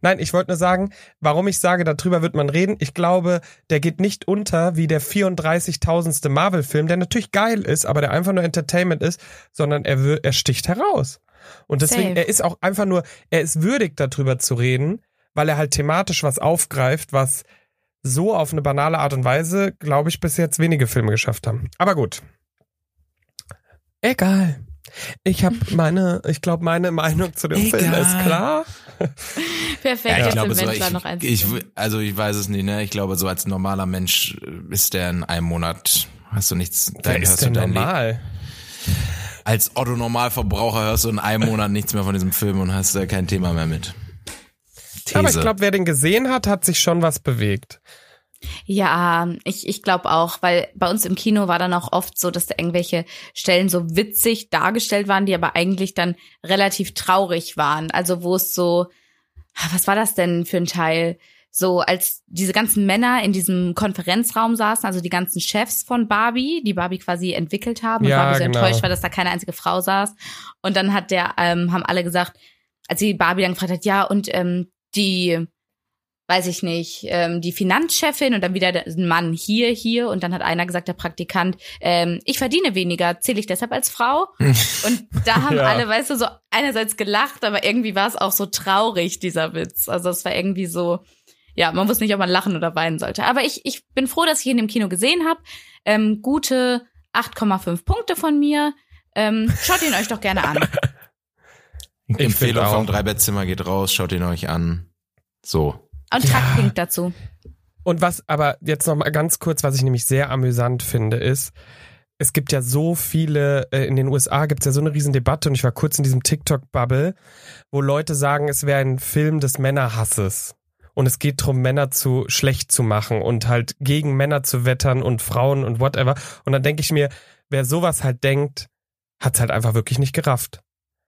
Speaker 2: Nein, ich wollte nur sagen, warum ich sage, darüber wird man reden. Ich glaube, der geht nicht unter wie der 34.000. Marvel-Film, der natürlich geil ist, aber der einfach nur Entertainment ist, sondern er, wir- er sticht heraus. Und deswegen,
Speaker 1: Safe.
Speaker 2: er ist auch einfach nur, er ist würdig, darüber zu reden, weil er halt thematisch was aufgreift, was so auf eine banale Art und Weise, glaube ich, bis jetzt wenige Filme geschafft haben. Aber gut. Egal. Ich habe meine, ich glaube, meine Meinung zu dem Film
Speaker 3: Egal.
Speaker 2: ist klar.
Speaker 1: Perfekt,
Speaker 3: Ja, ich
Speaker 1: jetzt
Speaker 3: glaube,
Speaker 1: im
Speaker 3: so,
Speaker 1: Wendler noch
Speaker 3: ich,
Speaker 1: eins. ne?
Speaker 3: ich, also ich weiß es nicht, ne? Ich glaube, so als normaler Mensch äh, ist der in einem Monat, hast du nichts,
Speaker 2: Wer
Speaker 3: dein, hörst
Speaker 2: ist
Speaker 3: du
Speaker 2: denn
Speaker 3: dein Leben.
Speaker 2: normal?
Speaker 3: Als Otto Normalverbraucher hörst du in einem Monat nichts mehr von diesem Film und hast da kein Thema mehr mit. These.
Speaker 2: Aber ich glaube, wer den gesehen hat, hat sich schon was bewegt.
Speaker 1: ja, ich, ich glaube auch, weil bei uns im Kino war dann auch oft so, dass da irgendwelche Stellen so witzig dargestellt waren, die aber eigentlich dann relativ traurig waren. Also wo es so, Ah, was war das denn für ein Teil? So, als diese ganzen Männer in diesem Konferenzraum saßen, also die ganzen Chefs von Barbie, die Barbie quasi entwickelt haben und
Speaker 2: Ja,
Speaker 1: Barbie so
Speaker 2: genau.
Speaker 1: enttäuscht war, dass da keine einzige Frau saß. Und dann hat der, ähm, haben alle gesagt, als die Barbie dann gefragt hat, ja, und ähm, die, weiß ich nicht, ähm, die Finanzchefin und dann wieder der- ein Mann hier, hier und dann hat einer gesagt, der Praktikant, ähm, ich verdiene weniger, zähle ich deshalb als Frau? Und da haben
Speaker 2: Ja.
Speaker 1: alle, weißt du, so einerseits gelacht, aber irgendwie war es auch so traurig, dieser Witz. Also es war irgendwie so, ja, man wusste nicht, ob man lachen oder weinen sollte. Aber ich, ich bin froh, dass ich ihn im Kino gesehen habe. Ähm, gute 8,5 Punkte von mir. Ähm, schaut ihn euch doch gerne an.
Speaker 2: Ich
Speaker 3: Empfehlung
Speaker 2: find auch.
Speaker 3: vom Dreibettzimmer geht raus, schaut ihn euch an. So.
Speaker 1: Und tragt Pink dazu.
Speaker 2: Und was aber jetzt noch mal ganz kurz, was ich nämlich sehr amüsant finde, ist, es gibt ja so viele, äh, in den USA gibt es ja so eine riesen Debatte und ich war kurz in diesem TikTok-Bubble, wo Leute sagen, es wäre ein Film des Männerhasses. Und es geht darum, Männer zu schlecht zu machen und halt gegen Männer zu wettern und Frauen und whatever. Und dann denke ich mir, wer sowas halt denkt, hat's halt einfach wirklich nicht gerafft.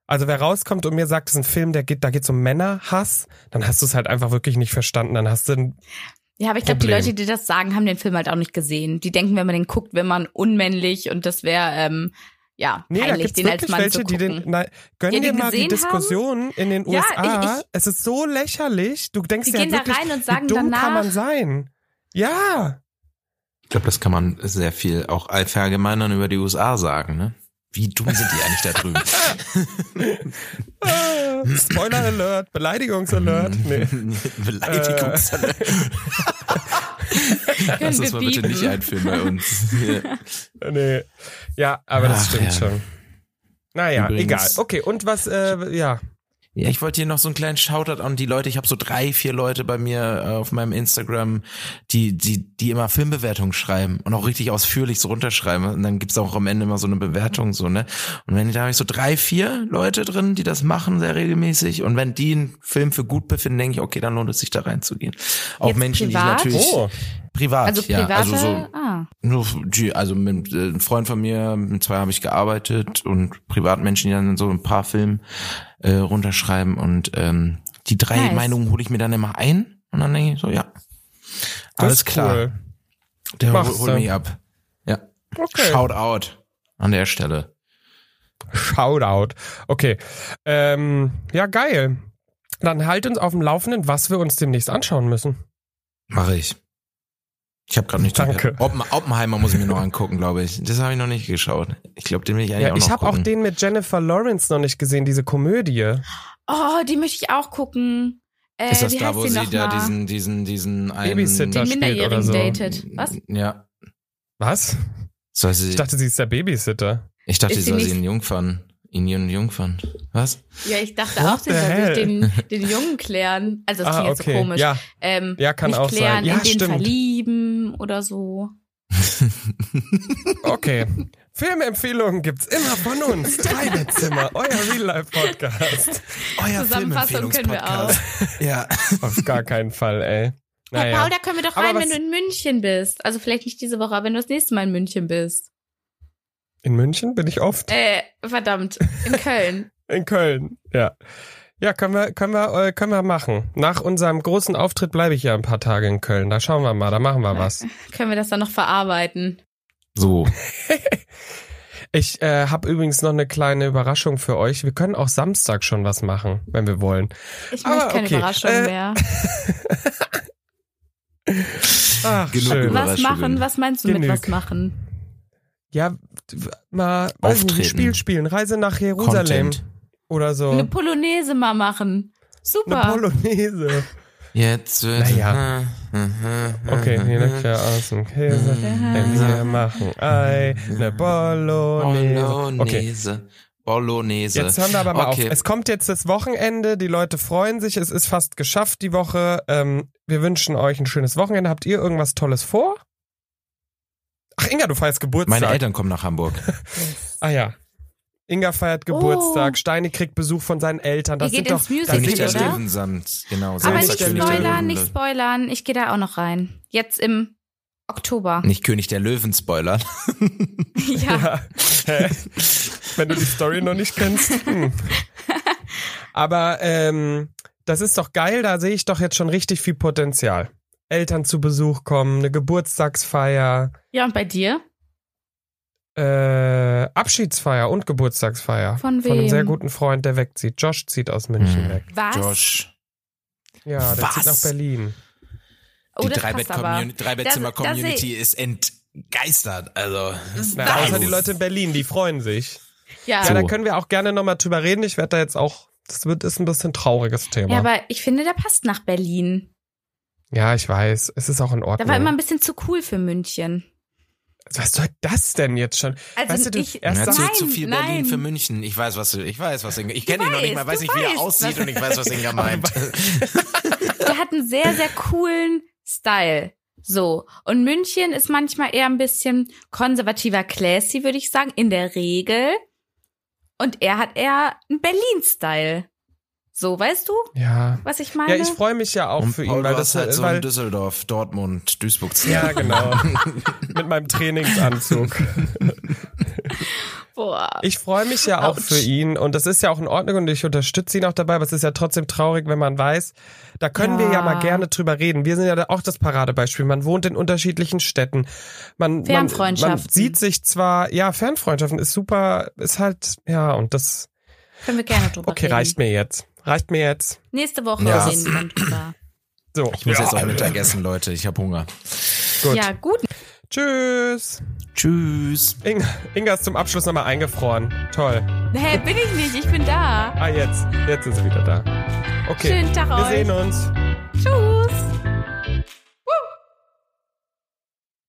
Speaker 2: Also wer rauskommt und mir sagt, es ist ein Film, der geht, da geht's um Männerhass, dann hast du es halt einfach wirklich nicht verstanden. Dann hast du ein
Speaker 1: Ja, aber ich glaube, die
Speaker 2: Problem.
Speaker 1: Leute, die das sagen, haben den Film halt auch nicht gesehen. Die denken, wenn man den guckt, wäre man unmännlich und das wäre, ähm, ja,
Speaker 2: Nee, da
Speaker 1: peinlich,
Speaker 2: gibt's
Speaker 1: den als
Speaker 2: wirklich
Speaker 1: Mann
Speaker 2: welche,
Speaker 1: zu
Speaker 2: die den.
Speaker 1: gucken.
Speaker 2: Nein, gönn
Speaker 1: Die
Speaker 2: dir
Speaker 1: den
Speaker 2: mal die
Speaker 1: gesehen
Speaker 2: Diskussion in den
Speaker 1: Ja,
Speaker 2: USA.
Speaker 1: ich- ich-
Speaker 2: es ist so lächerlich. Du denkst
Speaker 1: Die
Speaker 2: dir halt
Speaker 1: gehen da
Speaker 2: wirklich,
Speaker 1: rein und sagen
Speaker 2: wie dumm
Speaker 1: danach-
Speaker 2: kann man sein? Ja,
Speaker 3: Ich glaube, das kann man sehr viel auch allverallgemeinern über die USA sagen, ne? Wie dumm sind die eigentlich da drüben?
Speaker 2: Ah, Spoiler Alert, Beleidigungsalert. Nee. Äh.
Speaker 3: Beleidigungs. Lass
Speaker 1: wir
Speaker 3: uns mal bitte
Speaker 1: piepen.
Speaker 3: nicht einführen bei uns. Ja.
Speaker 2: nee. Ja, aber das
Speaker 3: Ach,
Speaker 2: stimmt
Speaker 3: ja.
Speaker 2: schon. Naja,
Speaker 3: Übrigens-
Speaker 2: egal. Okay, und was, äh, ja.
Speaker 3: Ja, ich wollte hier noch so einen kleinen Shoutout an die Leute. Ich habe so drei, vier Leute bei mir äh, auf meinem Instagram, die, die, die immer Filmbewertungen schreiben und auch richtig ausführlich so runterschreiben. Und dann gibt's auch am Ende immer so eine Bewertung, so, ne? Und wenn da habe ich so drei, vier Leute drin, die das machen, sehr regelmäßig. Und wenn die einen Film für gut befinden, denke ich, okay, dann lohnt es sich da reinzugehen. Auch
Speaker 1: Jetzt
Speaker 3: Menschen,
Speaker 1: privat?
Speaker 3: die ich natürlich
Speaker 2: Oh,
Speaker 3: privat,
Speaker 1: Also
Speaker 3: ja.
Speaker 1: private,
Speaker 3: Also so
Speaker 1: ah.
Speaker 3: nur, die- also mit äh, einem Freund von mir, mit zwei habe ich gearbeitet und Privatmenschen, die dann so ein paar Filme äh, runterschreiben und ähm, die drei
Speaker 1: Nice.
Speaker 3: Meinungen hole ich mir dann immer ein und dann denke ich so, ja,
Speaker 2: das
Speaker 3: alles
Speaker 2: ist
Speaker 3: klar,
Speaker 2: Cool.
Speaker 3: der hol,
Speaker 2: Mach's
Speaker 3: hol
Speaker 2: dann.
Speaker 3: mich ab. Ja,
Speaker 2: Okay.
Speaker 3: shout out an der Stelle.
Speaker 2: Shoutout. Okay. Ähm, ja, geil. Dann halt uns auf dem Laufenden, was wir uns demnächst anschauen müssen.
Speaker 3: Mache ich. Ich habe gerade nicht
Speaker 2: Danke.
Speaker 3: Oppen, Oppenheimer muss ich mir noch angucken, glaube ich. Das habe ich noch nicht geschaut. Ich glaube, den will ich eigentlich
Speaker 2: Ja,
Speaker 3: auch
Speaker 2: ich
Speaker 3: noch
Speaker 2: habe auch
Speaker 3: gucken.
Speaker 2: den mit Jennifer Lawrence noch nicht gesehen, diese Komödie.
Speaker 1: Oh, die möchte ich auch gucken. Äh,
Speaker 3: Ist das
Speaker 1: wie
Speaker 3: da,
Speaker 1: heißt
Speaker 3: wo
Speaker 1: die
Speaker 3: sie
Speaker 1: noch
Speaker 3: da
Speaker 1: mal?
Speaker 3: diesen, diesen, diesen einen
Speaker 2: Babysitter
Speaker 1: den
Speaker 2: spielt
Speaker 1: Minderjährigen
Speaker 2: oder so.
Speaker 1: datet? Was?
Speaker 3: Ja.
Speaker 2: Was?
Speaker 3: Soll sie,
Speaker 2: Ich dachte, sie ist der Babysitter.
Speaker 3: Ich dachte,
Speaker 1: Ist die
Speaker 3: sie soll sie
Speaker 1: nicht-
Speaker 3: in Jungfern. In ihren Jungfern. Was?
Speaker 1: Ja, ich dachte
Speaker 2: What
Speaker 1: auch, sie
Speaker 2: the
Speaker 1: soll
Speaker 2: hell?
Speaker 1: sich den, den Jungen klären. Also das
Speaker 2: ah,
Speaker 1: klingt jetzt
Speaker 2: okay.
Speaker 1: so komisch.
Speaker 2: Ja,
Speaker 1: ähm,
Speaker 2: ja, kann
Speaker 1: nicht
Speaker 2: auch
Speaker 1: klären,
Speaker 2: sein. Ja,
Speaker 1: in den
Speaker 2: stimmt.
Speaker 1: verlieben oder so.
Speaker 2: Okay. Filmempfehlungen gibt's immer von uns. Dreibettzimmer, euer Real-Life-Podcast.
Speaker 3: Euer
Speaker 1: Zusammenfassung können wir auch.
Speaker 3: Filmempfehlungspodcast. Ja.
Speaker 2: Auf gar keinen Fall, ey.
Speaker 1: Hey
Speaker 2: Naja.
Speaker 1: Paul, da können wir doch
Speaker 2: Aber
Speaker 1: rein, wenn du
Speaker 2: was-
Speaker 1: in München bist. Also vielleicht nicht diese Woche, aber wenn du das nächste Mal in München bist.
Speaker 2: In München bin ich oft.
Speaker 1: Äh, verdammt, in Köln.
Speaker 2: In Köln, ja. Ja, können wir, können wir, äh, können wir machen. Nach unserem großen Auftritt bleibe ich ja ein paar Tage in Köln. Da schauen wir mal, da machen wir was.
Speaker 1: können wir das dann noch verarbeiten.
Speaker 3: So.
Speaker 2: Ich äh, habe übrigens noch eine kleine Überraschung für euch. Wir können auch Samstag schon was machen, wenn wir wollen.
Speaker 1: Ich
Speaker 2: Ah,
Speaker 1: möchte keine
Speaker 2: okay.
Speaker 1: Überraschung
Speaker 2: Äh,
Speaker 1: mehr.
Speaker 2: Ach,
Speaker 3: Genug
Speaker 2: schön.
Speaker 3: über-
Speaker 1: Was
Speaker 3: Überraschungen.
Speaker 1: machen? Was meinst du mit
Speaker 2: Genug.
Speaker 1: was machen?
Speaker 2: Ja, w- mal irgendein
Speaker 3: Auftreten.
Speaker 2: Spiel spielen. Reise nach Jerusalem
Speaker 3: Content.
Speaker 2: oder so.
Speaker 1: Eine Polonaise mal machen.
Speaker 2: Eine
Speaker 1: Super.
Speaker 2: Polonaise.
Speaker 3: Jetzt wird.
Speaker 2: Naja. Okay, hier leckt ja aus dem Käse. Denn wir machen Ei, eine Bolognese. Okay,
Speaker 3: Bolognese. Bolognese.
Speaker 2: jetzt hören wir aber mal
Speaker 3: okay.
Speaker 2: auf. Es kommt jetzt das Wochenende, die Leute freuen sich, es ist fast geschafft die Woche. Ähm, wir wünschen euch ein schönes Wochenende. Habt ihr irgendwas Tolles vor? Ach, Inga, du feierst Geburtstag.
Speaker 3: Meine Eltern kommen nach Hamburg.
Speaker 2: Ah ja. Inga feiert Geburtstag, Steini kriegt Besuch von seinen Eltern. Das
Speaker 1: Oh. Ihr
Speaker 2: sind
Speaker 1: geht
Speaker 2: doch,
Speaker 1: ins Musical,
Speaker 2: das sind
Speaker 3: Nicht der
Speaker 1: oder?
Speaker 2: doch-
Speaker 3: Löwensamt. Genau.
Speaker 1: Aber
Speaker 2: Samstag
Speaker 1: nicht
Speaker 3: Samstag König der
Speaker 1: spoilern,
Speaker 3: Löwen.
Speaker 1: nicht spoilern. Ich gehe da auch noch rein. Jetzt im Oktober.
Speaker 3: Nicht König der Löwen spoilern.
Speaker 1: Ja.
Speaker 2: Hä? Wenn du die Story noch nicht kennst. Hm. Aber ähm, das ist doch geil, da sehe ich doch jetzt schon richtig viel Potenzial. Eltern zu Besuch kommen, eine Geburtstagsfeier,
Speaker 1: ja, und bei dir?
Speaker 2: äh, Abschiedsfeier und Geburtstagsfeier.
Speaker 1: Von
Speaker 2: Von einem
Speaker 1: wem?
Speaker 2: sehr guten Freund, der wegzieht. Josh zieht aus München
Speaker 3: Hm.
Speaker 2: weg.
Speaker 1: Was?
Speaker 3: Josh.
Speaker 2: Ja, der zieht
Speaker 3: Was?
Speaker 2: nach Berlin.
Speaker 1: oh,
Speaker 3: Die
Speaker 1: das passt aber.
Speaker 3: Dreibett-Communi- Dreibettzimmer-Community ist entgeistert. Also.
Speaker 2: Na,
Speaker 3: Nein.
Speaker 2: außer die Leute in Berlin, die freuen sich.
Speaker 1: Ja.
Speaker 2: Ja,
Speaker 3: So.
Speaker 2: da können wir auch gerne nochmal drüber reden. Ich werde da jetzt auch, das wird, ist ein bisschen trauriges Thema.
Speaker 1: ja, aber ich finde, der passt nach Berlin.
Speaker 2: Ja, ich weiß. Es ist auch in
Speaker 1: Der
Speaker 2: Ordnung.
Speaker 1: war immer ein bisschen zu cool für München.
Speaker 2: Was soll das denn jetzt schon?
Speaker 1: Also
Speaker 2: weißt du, du
Speaker 1: ich-
Speaker 2: erst
Speaker 1: Nein,
Speaker 3: Er
Speaker 2: sagst,
Speaker 3: erzählt zu viel
Speaker 1: nein.
Speaker 3: Berlin für München. Ich weiß, was du, ich weiß, was Inga, ich kenne ihn noch nicht mal,
Speaker 1: weißt,
Speaker 3: weiß
Speaker 1: du
Speaker 3: nicht, wie
Speaker 1: weißt.
Speaker 3: er aussieht und ich weiß, was Inga meint.
Speaker 1: Der hat einen sehr, sehr coolen Style. So. Und München ist manchmal eher ein bisschen konservativer classy, würde ich sagen, in der Regel. Und er hat eher einen Berlin-Style. So, weißt du,
Speaker 2: ja.
Speaker 1: was ich meine?
Speaker 2: Ja, ich freue mich ja auch
Speaker 3: Und
Speaker 2: für
Speaker 3: Paul,
Speaker 2: ihn, weil
Speaker 3: du
Speaker 2: das
Speaker 3: hast halt so
Speaker 2: weil,
Speaker 3: in Düsseldorf, Dortmund, Duisburg.
Speaker 2: Ja, genau. Mit meinem Trainingsanzug.
Speaker 1: Boah.
Speaker 2: Ich freue mich ja auch
Speaker 1: Autsch.
Speaker 2: für ihn und das ist ja auch in Ordnung und ich unterstütze ihn auch dabei, aber es ist ja trotzdem traurig, wenn man weiß, da können wir ja
Speaker 1: Ja.
Speaker 2: mal gerne drüber reden. Wir sind ja da auch das Paradebeispiel. Man wohnt in unterschiedlichen Städten. Man, man, man
Speaker 1: Fernfreundschaften.
Speaker 2: sieht sich zwar, ja, Fernfreundschaften ist super, ist halt, ja, und das,
Speaker 1: Können wir gerne drüber
Speaker 2: okay,
Speaker 1: reden.
Speaker 2: reicht mir jetzt. Reicht mir jetzt.
Speaker 1: Nächste Woche
Speaker 3: Ja.
Speaker 1: reden wir dann drüber.
Speaker 2: So.
Speaker 3: Ich muss
Speaker 2: ja.
Speaker 3: jetzt auch Mittagessen, Leute. Ich habe Hunger.
Speaker 2: Gut.
Speaker 1: Ja, gut.
Speaker 2: Tschüss.
Speaker 3: Tschüss.
Speaker 2: Inga, Inga ist zum Abschluss nochmal eingefroren. Toll.
Speaker 1: Hä, hey, bin ich nicht, ich bin da.
Speaker 2: Ah, jetzt. Jetzt ist sie wieder da. Okay.
Speaker 1: Schönen Tag
Speaker 2: Wir
Speaker 1: euch.
Speaker 2: sehen uns.
Speaker 1: Tschüss.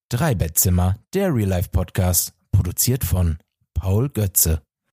Speaker 3: Drei Bettzimmer, der Real Life Podcast, produziert von Paul Götze.